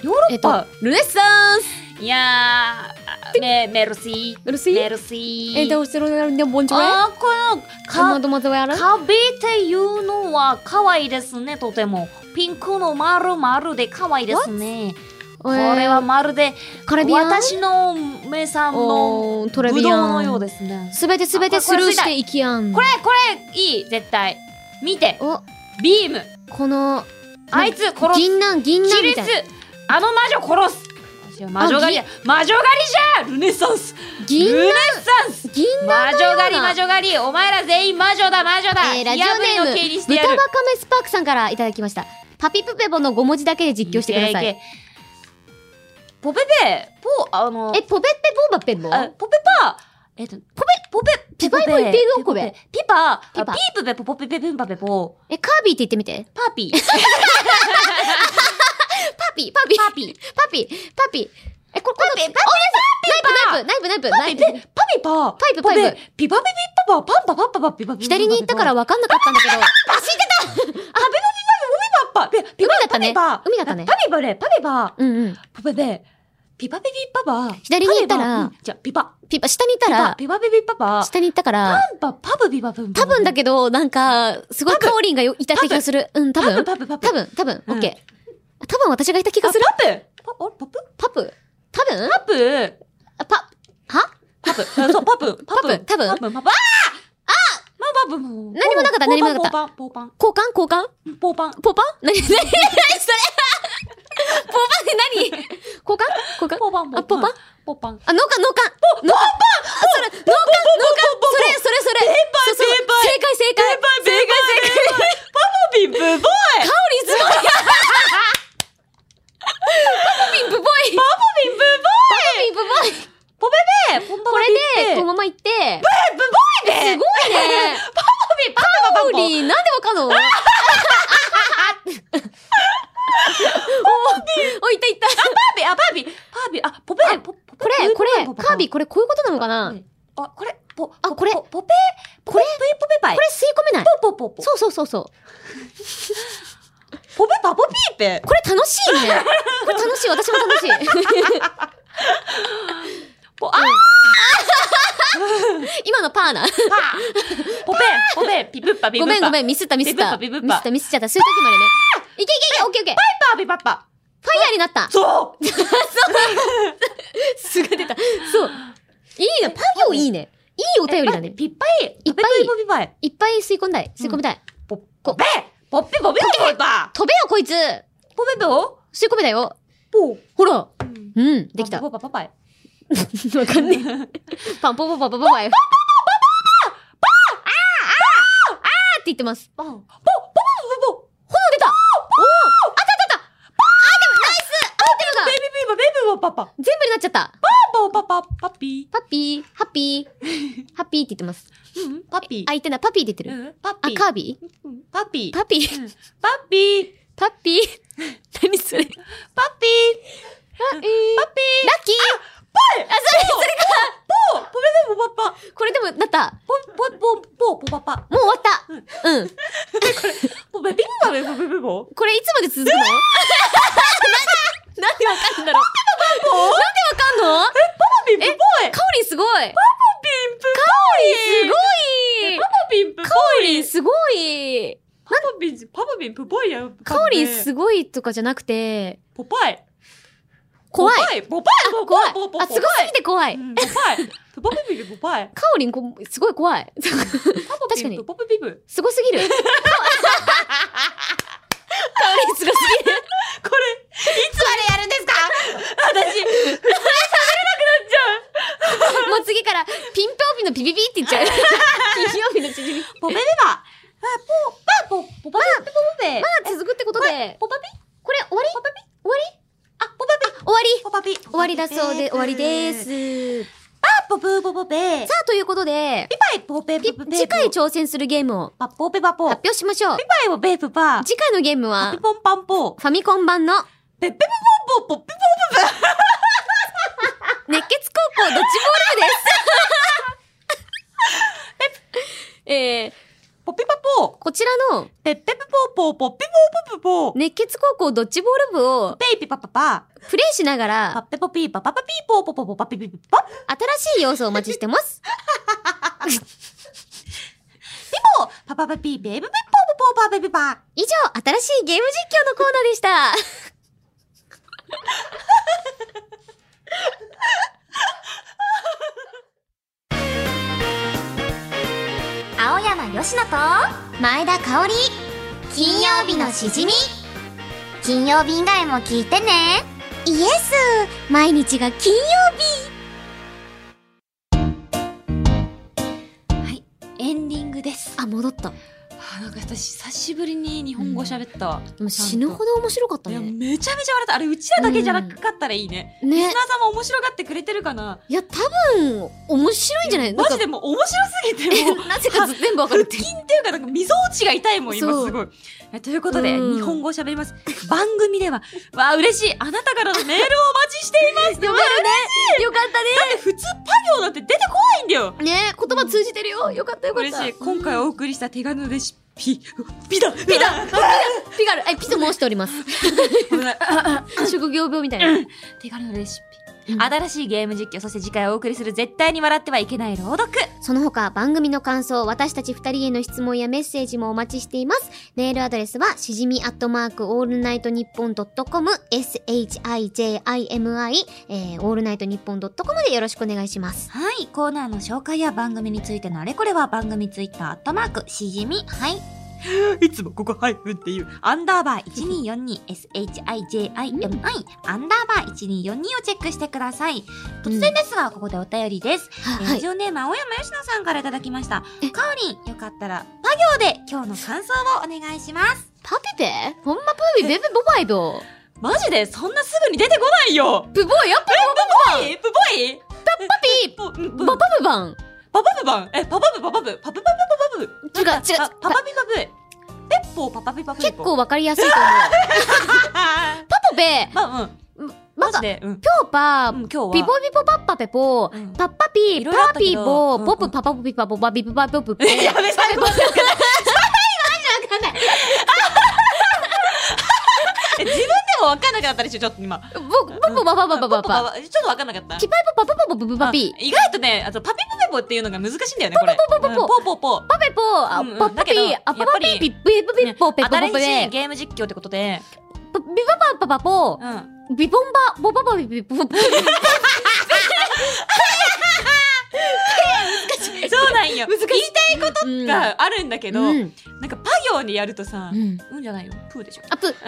[SPEAKER 2] ヨーロ
[SPEAKER 1] え
[SPEAKER 2] ッ
[SPEAKER 1] っと
[SPEAKER 2] パ、、
[SPEAKER 1] ルネッサンス
[SPEAKER 2] いやーメメルシ
[SPEAKER 1] ルシ
[SPEAKER 2] ー
[SPEAKER 1] ー
[SPEAKER 2] メルシー
[SPEAKER 1] え、どうしてるんだボンチョメ
[SPEAKER 2] あーこの
[SPEAKER 1] カマ
[SPEAKER 2] か
[SPEAKER 1] ドマザワやら
[SPEAKER 2] 壁っていうのは可愛いですねとてもピンクの丸々で可愛いですねこれは、まるで
[SPEAKER 1] カレビアン
[SPEAKER 2] 私の目さんの
[SPEAKER 1] おート
[SPEAKER 2] ブ
[SPEAKER 1] レ
[SPEAKER 2] ドウ
[SPEAKER 1] ビアン。
[SPEAKER 2] のようですね
[SPEAKER 1] すべてすべてスルーしていきやん。
[SPEAKER 2] これこれいい絶対見て
[SPEAKER 1] お、
[SPEAKER 2] ビーム
[SPEAKER 1] この、
[SPEAKER 2] あいつ殺す
[SPEAKER 1] 銀杏、銀
[SPEAKER 2] キ
[SPEAKER 1] 杏
[SPEAKER 2] リ
[SPEAKER 1] み
[SPEAKER 2] ス
[SPEAKER 1] たいな。
[SPEAKER 2] あの魔女殺す魔女狩りだ魔女狩りじゃルネサンスル
[SPEAKER 1] 銀、
[SPEAKER 2] ネサンス
[SPEAKER 1] 銀杏
[SPEAKER 2] 魔女狩り
[SPEAKER 1] な
[SPEAKER 2] 魔女狩りお前ら全員魔女だ魔女だ
[SPEAKER 1] えー、ラジオネ
[SPEAKER 2] 火炙りの刑に
[SPEAKER 1] ー
[SPEAKER 2] し
[SPEAKER 1] ム、
[SPEAKER 2] てやる
[SPEAKER 1] 豚バカメスパークさんからいただきました。パピプペボの5文字だけで実況してください。
[SPEAKER 2] けけポペペポあの
[SPEAKER 1] え、ポペッペボーバペンボ
[SPEAKER 2] あポペパえっと、ポペ、ポペ、
[SPEAKER 4] ピパイポイペイドンコベ
[SPEAKER 2] ピパ、ピ
[SPEAKER 4] ピパ
[SPEAKER 2] パ、ピープベポポペペペンパペポ、
[SPEAKER 1] え、カービィって言ってみて。
[SPEAKER 2] パーピ ー、パ
[SPEAKER 1] パピパピ
[SPEAKER 2] ーピー、
[SPEAKER 1] パピパピえ、これ、これ、ナイフ、ナイフ、ナイフ、ナイフ、ナイフ。
[SPEAKER 2] パピパ、パ
[SPEAKER 1] イプパイプ
[SPEAKER 2] ペ、ピパペピッパパ、パンパパッパパピパピ
[SPEAKER 1] 左に行ったから分かんなかったんだけど。海だっ
[SPEAKER 2] パペ、ピパパ
[SPEAKER 1] た
[SPEAKER 2] ピ
[SPEAKER 1] ね
[SPEAKER 2] パ、
[SPEAKER 1] 海だったね
[SPEAKER 2] パピパレ、パピパ、
[SPEAKER 1] うんうん。
[SPEAKER 2] ポペペ、ピパペピッパパ、
[SPEAKER 1] 左に行ったら
[SPEAKER 2] パペパうんじゃあ、ピパ、
[SPEAKER 1] ピパ、下に行った
[SPEAKER 2] ピパ、
[SPEAKER 1] ら、
[SPEAKER 2] ピパペピッパパ、
[SPEAKER 1] 下に行ったか
[SPEAKER 2] パ
[SPEAKER 1] ら、
[SPEAKER 2] ンパ、パブビバブン。
[SPEAKER 1] 多分だけど、なんか、すごいカオリンがよいた気がする。うん、多
[SPEAKER 2] パブ
[SPEAKER 1] 分。
[SPEAKER 2] パブパブ。
[SPEAKER 1] 多分、多分、
[SPEAKER 2] う
[SPEAKER 1] オ
[SPEAKER 2] ん
[SPEAKER 1] ッケー。多分私がいた気がする。
[SPEAKER 2] あパブパ、あれパブ
[SPEAKER 1] パプ多分
[SPEAKER 2] パブ
[SPEAKER 1] あパ、は
[SPEAKER 2] パブ。あそう、パブ。パ
[SPEAKER 1] パブ多分
[SPEAKER 2] パブ、パブ。ああまあ、パブも。。
[SPEAKER 1] 何もなかった何もなかった
[SPEAKER 2] ポーパン、
[SPEAKER 1] 交換交換
[SPEAKER 2] ポーパン。ポー
[SPEAKER 1] ポパン何何 何それポパンって何交換交換
[SPEAKER 2] パン、ポーパン。
[SPEAKER 1] あポーパン
[SPEAKER 2] ポーパン。
[SPEAKER 1] あ、農家農家農家それ農家農家それそれそれそうそう
[SPEAKER 2] 先輩
[SPEAKER 1] 正解正解
[SPEAKER 2] 正解正解パブビブボ
[SPEAKER 1] カ
[SPEAKER 2] イ
[SPEAKER 1] オリンすごいパプピンブボイ
[SPEAKER 2] パブビブボイ
[SPEAKER 1] ピンブボイ
[SPEAKER 2] ポペペポンパ
[SPEAKER 1] これで、この
[SPEAKER 2] ブ
[SPEAKER 1] まま行って、
[SPEAKER 2] ボイです
[SPEAKER 1] ごいね
[SPEAKER 2] パブビパ
[SPEAKER 1] カ
[SPEAKER 2] ブ
[SPEAKER 1] オ
[SPEAKER 2] パブ
[SPEAKER 1] リン、なんでわかんのおおお、いったいった
[SPEAKER 2] ビあ、パビパビあ、ポペポこ
[SPEAKER 1] これ、これ、カービィ、これこういうことなのかなこれ
[SPEAKER 2] あ、これ、ポ、
[SPEAKER 1] あこれ
[SPEAKER 2] ポポペこれ、ポペパイ。
[SPEAKER 1] 吸い込めない
[SPEAKER 2] ポポポポ。
[SPEAKER 1] そうそうそうそう。
[SPEAKER 2] ポペパポピーペ。
[SPEAKER 1] これ楽しい ね。これ楽しい、私も楽しい。
[SPEAKER 2] ポ、あ
[SPEAKER 1] 今のパーな。
[SPEAKER 2] パポペポペピプッパピプ
[SPEAKER 1] ご
[SPEAKER 2] ッパ
[SPEAKER 1] めんごめ
[SPEAKER 2] ん
[SPEAKER 1] ん、ミスったミスった。
[SPEAKER 2] ビ
[SPEAKER 1] ミ
[SPEAKER 2] ブッ
[SPEAKER 1] ス
[SPEAKER 2] パビブッパ
[SPEAKER 1] ったミスっちゃった。吸うときまでね。いけいけいけ、オッケーオッケー。
[SPEAKER 2] パピパッパ
[SPEAKER 1] ファイヤーになった。
[SPEAKER 2] そう
[SPEAKER 1] すぐ出た。そう。いいね、パ行いいね。いいお便りだね。
[SPEAKER 2] ピッパイ
[SPEAKER 1] いっぱい
[SPEAKER 2] ポペポピパイ
[SPEAKER 1] いっぱい吸い込んだい。吸い込みたい。
[SPEAKER 2] ポポペポッペポペポペパ
[SPEAKER 1] 飛べよ、こいつ
[SPEAKER 2] ポペポ
[SPEAKER 1] 吸い込めだよ。
[SPEAKER 2] ポ
[SPEAKER 1] ほら。うん、できた。
[SPEAKER 2] ポパパパイ
[SPEAKER 1] わかんねえ。パンポポポポポパイ。パンポポポポポポあーあーあーって言ってます。
[SPEAKER 2] ポポポポポ
[SPEAKER 1] 炎出たおーあったあったあった
[SPEAKER 2] ペピピパペピパパパ
[SPEAKER 1] 全部になっちゃった
[SPEAKER 2] ポパパパピ
[SPEAKER 1] パピー、ハッピー、ハッピーって言ってます。
[SPEAKER 2] うんパピ
[SPEAKER 1] あ、言ってない。パピーって言ってる。
[SPEAKER 2] うんパ
[SPEAKER 1] あ、
[SPEAKER 2] ピ
[SPEAKER 1] カービィ
[SPEAKER 2] うんパピ
[SPEAKER 1] パピー、
[SPEAKER 2] うんパピ
[SPEAKER 1] パピー。何それラッキー
[SPEAKER 2] パ
[SPEAKER 1] パ
[SPEAKER 2] ピ
[SPEAKER 1] ピあ、それ
[SPEAKER 2] ポポペペポパパ
[SPEAKER 1] それこれでも、なった。
[SPEAKER 2] ポポポポポパパ
[SPEAKER 1] もう終わったうん。
[SPEAKER 2] ポペピパペポペペポ
[SPEAKER 1] これいつまで続くのなんでなんでわかるんだろうなんでわかんの
[SPEAKER 2] パピポイ
[SPEAKER 1] カオリンすごい
[SPEAKER 2] ピンプ
[SPEAKER 1] すごい
[SPEAKER 2] パパピンプ
[SPEAKER 1] カオリンすごい
[SPEAKER 2] パパピン、パパピンプボイや。
[SPEAKER 1] カオリンすごいとかじゃなくて、
[SPEAKER 2] ポパイ。
[SPEAKER 1] 怖い。
[SPEAKER 2] い。ポパイ。ポ
[SPEAKER 1] 怖
[SPEAKER 2] パ
[SPEAKER 1] い
[SPEAKER 2] イ。ポパイ。
[SPEAKER 1] あ、すごすぎて怖い。
[SPEAKER 2] ポパイ。ポパピンプポパイ。
[SPEAKER 1] カオリンこ、すごい怖い。
[SPEAKER 2] パパピンプポパピンプ。
[SPEAKER 1] すごすぎる。カオリンすごすぎる。
[SPEAKER 2] これ、いつあれやるんですか 私、
[SPEAKER 1] もう次から、ピンポーピンのピピピって言っち ゃう。金曜日の縮み。ま
[SPEAKER 2] ポペペバ。あ、ポ、パ、ポ、ポパピンプポパペ。
[SPEAKER 1] あ続くってことで、
[SPEAKER 2] ポパピ
[SPEAKER 1] これ終わり
[SPEAKER 2] ポパピ
[SPEAKER 1] 終わり
[SPEAKER 2] あ、ポパピ。
[SPEAKER 1] 終わり
[SPEAKER 2] ポパピ。
[SPEAKER 1] 終わりだそうで、終わりで。す。
[SPEAKER 2] パポプポポペ。
[SPEAKER 1] さあ、ということで、
[SPEAKER 2] ピパイポペ
[SPEAKER 1] ピ
[SPEAKER 2] プペ。
[SPEAKER 1] 次回挑戦するゲームを
[SPEAKER 2] パポペパポ。
[SPEAKER 1] 発
[SPEAKER 2] ピ
[SPEAKER 1] 表しましょう。
[SPEAKER 2] パイをベープパ。
[SPEAKER 1] 次回のゲームは
[SPEAKER 2] ピ、ポンパンポ。
[SPEAKER 1] ファミコン版の
[SPEAKER 2] ペペペポンポ。ピポン
[SPEAKER 1] 熱血高校ドッジボール部です。 えー、
[SPEAKER 2] ポピパポ。
[SPEAKER 1] こちらの
[SPEAKER 2] ペッペプポーポーポッピポーポーポーポー
[SPEAKER 1] 熱血高校ドッジボール部を
[SPEAKER 2] ペイピパパパ
[SPEAKER 1] プレイしなが
[SPEAKER 2] パッ
[SPEAKER 1] ら
[SPEAKER 2] ペポピーパパパピーポーポーポーポーパピピピパッ
[SPEAKER 1] 新しい要素をお待ちしてます。
[SPEAKER 2] ピポーパパパピーペーペペポーポーポーパペピパ
[SPEAKER 1] 以上、新しいゲーム実況のコーナーでした。
[SPEAKER 2] 青山よしのと
[SPEAKER 4] 前田香織金曜日のしじみ金曜日以外も聞いてねイエス毎日が金曜
[SPEAKER 2] はいエンディングです
[SPEAKER 1] あ、戻った。
[SPEAKER 3] あなんか私久しぶりに日本語喋った、
[SPEAKER 1] でも死ぬほど面白かった
[SPEAKER 3] いや
[SPEAKER 1] ね。
[SPEAKER 3] めちゃめちゃ笑ったあれうちらだけじゃなかったらいいね、リ
[SPEAKER 1] ね
[SPEAKER 3] スナ。ーさんも面白がってくれてるかない
[SPEAKER 1] や、多分、面白いんじゃない
[SPEAKER 3] マジでもう面白すぎてもう
[SPEAKER 1] なんか なぜか全部わかるっていう。
[SPEAKER 3] 腹筋っていうか、なんか、溝落ちが痛いもん、今
[SPEAKER 1] そう
[SPEAKER 3] すごい。えということで、
[SPEAKER 1] うん
[SPEAKER 3] 日本語を喋ります。番組では、わあ、嬉しい。あなたからのメールをお待ちしています。
[SPEAKER 1] よかったね。よかったね。
[SPEAKER 3] だって普通、パ行なんて出てこないんだよ。
[SPEAKER 1] ね言葉通じてるよ。よかったよかった。
[SPEAKER 3] 嬉しい。今回お送りした手紙のレシピ、ピだピ だ
[SPEAKER 1] ピガル、え、ピと申しております。
[SPEAKER 3] ごめんなさい
[SPEAKER 1] 職業病みたいな。
[SPEAKER 3] 手紙のレシピ。
[SPEAKER 1] うん
[SPEAKER 3] 新しいゲーム実況、そして次回お送りする絶対に笑ってはいけない朗読。
[SPEAKER 2] その他番組の感想、私たち二人への質問やメッセージもお待ちしています。メールアドレスは、しじみアットマークオールナイトニッポンドットコム、shijimi、えー、オールナイトニッポンドットコムでよろしくお願いします。
[SPEAKER 3] はい、コーナーの紹介や番組についてのあれこれは番組ツイッターアットマークしじみはい。いつもここハイフンっていうアンダーバー 1242SHIJIMI アンダーバー1242をチェックしてください。突然ですが、ここでお便りです。えー
[SPEAKER 1] は
[SPEAKER 3] ラ
[SPEAKER 1] い。
[SPEAKER 3] ジオネーム青山よしのさんからいただきました。か
[SPEAKER 1] え
[SPEAKER 3] おりん、よかったら、パ行で今日の感想をお願いします。
[SPEAKER 1] パペペほんまパペペベベボバイド。
[SPEAKER 3] マジでそんなすぐに出てこないよ
[SPEAKER 1] ブボイやっぱ
[SPEAKER 3] パイプボイ
[SPEAKER 1] パピー
[SPEAKER 3] パパ
[SPEAKER 1] ババブバン
[SPEAKER 3] パパブバンえ、パパブパパブパパブパパブ
[SPEAKER 1] 違う
[SPEAKER 3] なんか
[SPEAKER 1] 違う
[SPEAKER 3] あパパビパブペッポーパパビパブ
[SPEAKER 1] 結構わかりやすいと思う。パポペ
[SPEAKER 3] まあうん
[SPEAKER 1] バ
[SPEAKER 3] マジ
[SPEAKER 1] カピ
[SPEAKER 3] でうん
[SPEAKER 1] ョーパ
[SPEAKER 3] うん今日は
[SPEAKER 1] ピボビポパッパペポ
[SPEAKER 3] うん
[SPEAKER 1] パッパピ
[SPEAKER 3] い
[SPEAKER 1] ー
[SPEAKER 3] ろいろあっ
[SPEAKER 1] パー
[SPEAKER 3] たけ
[SPEAKER 1] ピ
[SPEAKER 3] ど
[SPEAKER 1] ーボ
[SPEAKER 3] うん
[SPEAKER 1] ーポプパパポピパポバビブバポプペ
[SPEAKER 3] やめ最後まで
[SPEAKER 1] わかんない
[SPEAKER 3] え自分でも分かんなくなったでしょちょっと今
[SPEAKER 1] ぼパポバババババ
[SPEAKER 3] パ
[SPEAKER 1] バ
[SPEAKER 3] パちょっと分かんなかった
[SPEAKER 1] キパイポパパパポブブパピ
[SPEAKER 3] あ意外とねあとパピパペポっていうのが難しいんだよねこれ
[SPEAKER 1] ポポポポ
[SPEAKER 3] うんポーポーポー
[SPEAKER 1] パペポあ
[SPEAKER 3] うんうん
[SPEAKER 1] パッパピ
[SPEAKER 3] だけ
[SPEAKER 1] ー
[SPEAKER 3] ど
[SPEAKER 1] あパ
[SPEAKER 3] やっぱ
[SPEAKER 1] パピ
[SPEAKER 3] り
[SPEAKER 1] ーピッピッピッポペポポペ
[SPEAKER 3] 新しい
[SPEAKER 1] ペ
[SPEAKER 3] ゲーム実況ってことで
[SPEAKER 1] パビババパパポ
[SPEAKER 3] うん
[SPEAKER 1] ビボンバボババビビボボ
[SPEAKER 3] そうなん よ言いたいこ
[SPEAKER 1] うん
[SPEAKER 3] とがあるんだけど
[SPEAKER 1] う
[SPEAKER 3] なん
[SPEAKER 1] ん
[SPEAKER 3] かパ行にやるとさ
[SPEAKER 1] うん
[SPEAKER 3] うんじゃないよプーでしょ
[SPEAKER 1] あプ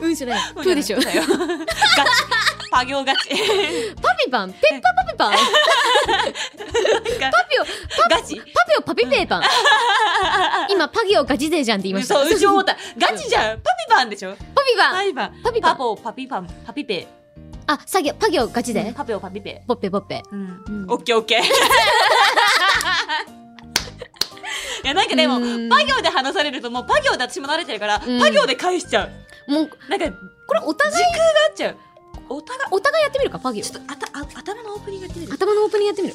[SPEAKER 1] うんじゃないプーでしょ
[SPEAKER 3] そうだよガチパ行ガチ
[SPEAKER 1] パピパンペッパパピパンパピオ
[SPEAKER 3] ガチ
[SPEAKER 1] パピオパピペーパン今パギオガチ勢じゃんって言いました
[SPEAKER 3] そう、うち思った。ガチじゃん。パピパンでしょ
[SPEAKER 1] パピパ
[SPEAKER 3] パ
[SPEAKER 1] ン
[SPEAKER 3] ピパン。
[SPEAKER 1] パピパ
[SPEAKER 3] パ
[SPEAKER 1] ン
[SPEAKER 3] ポ、パピパン、パピペ。
[SPEAKER 1] あサギオパギオガチ
[SPEAKER 3] うん
[SPEAKER 1] 勢
[SPEAKER 3] パペオ、パピペ。
[SPEAKER 1] ポッペポッペ
[SPEAKER 3] うん
[SPEAKER 1] うん。
[SPEAKER 3] オッケーオッ ケー。いや、なんかでも、
[SPEAKER 1] うん
[SPEAKER 3] パ行で話されると、もうパ行で私も慣れてるから、
[SPEAKER 1] うん
[SPEAKER 3] パ行で返しちゃう。
[SPEAKER 1] もう
[SPEAKER 3] なんか、
[SPEAKER 1] これお互い
[SPEAKER 3] なっちゃう。お互い、
[SPEAKER 1] お互いやってみるかパギ
[SPEAKER 3] ちょっと、あた、あ頭のオープニングやってみ
[SPEAKER 1] オ
[SPEAKER 3] る。
[SPEAKER 1] 頭のオープニングやってみる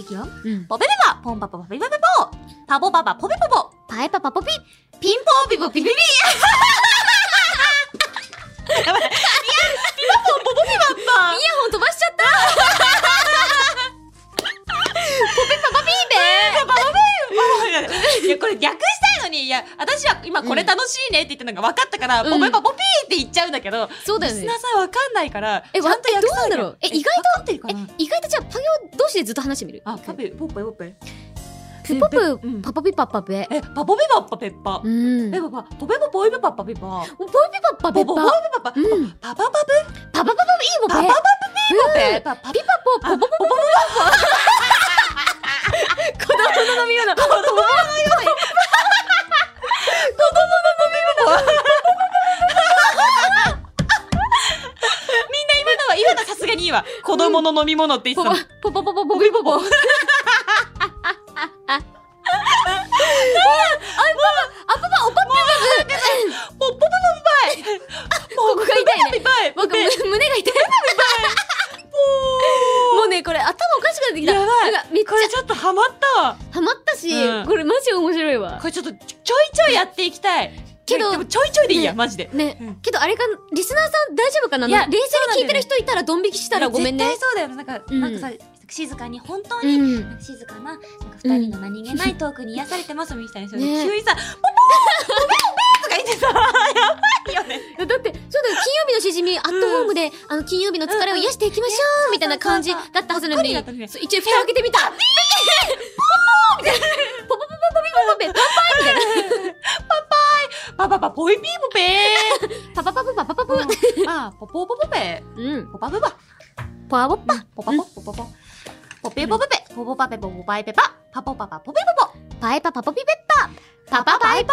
[SPEAKER 3] いくよ。
[SPEAKER 1] うん
[SPEAKER 3] ポペペパ、ポンパパパピパペポ。パポパパ、ポペポポ。
[SPEAKER 2] パエパパポピ
[SPEAKER 3] ピンポンピポピピピ。やばい。いや、ピポポンポポピパッパ。
[SPEAKER 1] イヤホン飛ばしちゃったポペパパピー
[SPEAKER 3] バババいやこれ逆したいのにいや私は今これ楽しいねって言ったのが分かったから、
[SPEAKER 1] うん
[SPEAKER 3] ポペパポピーって言っちゃうんだけど、
[SPEAKER 1] ベそうだよ
[SPEAKER 3] リ
[SPEAKER 1] ね
[SPEAKER 3] スナーさん分かんないから
[SPEAKER 1] え
[SPEAKER 3] ちゃんと訳さ
[SPEAKER 1] わえどうなんだろうえ意外
[SPEAKER 3] とってるか
[SPEAKER 1] え
[SPEAKER 3] な
[SPEAKER 1] 意外とじゃあパギオ同士でずっと話してみる
[SPEAKER 3] あパペポッペポッペ
[SPEAKER 1] プポプ
[SPEAKER 3] うん
[SPEAKER 1] パパピパパペ
[SPEAKER 3] えパポペパッパペッパ、
[SPEAKER 1] うん
[SPEAKER 3] ペ
[SPEAKER 1] ポ
[SPEAKER 3] パパポペポポイペパッパペパポ
[SPEAKER 1] ポピパパペ
[SPEAKER 3] ポポペ
[SPEAKER 1] パ
[SPEAKER 3] パパ
[SPEAKER 1] うん
[SPEAKER 3] パパパペ
[SPEAKER 1] パパパパいいも
[SPEAKER 3] パパ
[SPEAKER 1] ペ
[SPEAKER 3] パペポペパパ
[SPEAKER 1] ピパポポポポポポポ子供の飲み物
[SPEAKER 3] 子供のような子供の飲み物みんな今のは今のはさすがにいいわ子供の飲み物って言ってたの
[SPEAKER 1] ポポポポポポピポポあパパあパパおパピ
[SPEAKER 3] ポッポポポピパイ
[SPEAKER 1] ここが痛いね
[SPEAKER 3] ピパイ
[SPEAKER 1] 僕胸が痛いもうねこれ頭おかしくなってきた
[SPEAKER 3] やばい
[SPEAKER 1] なんかめっち
[SPEAKER 3] これちょっとハマったわ
[SPEAKER 1] ゃハマったし
[SPEAKER 3] うん
[SPEAKER 1] これマジ面白いわ
[SPEAKER 3] これちょっとちょちょいちょいやっていきたい
[SPEAKER 1] けど
[SPEAKER 3] でもちょいちょいでいいや
[SPEAKER 1] ね
[SPEAKER 3] マジでう
[SPEAKER 1] ね
[SPEAKER 3] ん
[SPEAKER 1] けどあれかリスナーさん大丈夫かない
[SPEAKER 3] や
[SPEAKER 1] 冷静に聞いてる
[SPEAKER 3] そ
[SPEAKER 1] 人いたらドン引きしたらごめんね
[SPEAKER 3] 絶対そうだよねなんか
[SPEAKER 1] うん
[SPEAKER 3] なんかさ静かに本当
[SPEAKER 1] う
[SPEAKER 3] に
[SPEAKER 1] ん
[SPEAKER 3] なんか静かななんか二人の何気ないトークに癒されてますみたいな人に
[SPEAKER 1] ね
[SPEAKER 3] 急にさ「ポポポポポポ」とか言 ってさやばいよね
[SPEAKER 1] だってそうだよ金曜日のしじみアットホームであの金曜日の疲れを癒していきましょうみたいな感じだったはずなのに
[SPEAKER 3] そ
[SPEAKER 1] そう
[SPEAKER 3] そうそうそう
[SPEAKER 1] う一応蓋を開けてみたポポポポポピポポペ
[SPEAKER 3] パパパポイピーポペー
[SPEAKER 1] パパパパパパパパ
[SPEAKER 3] あポポポポペ
[SPEAKER 1] うん
[SPEAKER 3] ポパブバ
[SPEAKER 1] パワーボッパ
[SPEAKER 3] ポパポポポポポペポペポポパペポパペポパ
[SPEAKER 5] パポパパポペポポ
[SPEAKER 1] パイパパポピペッパパパパイパ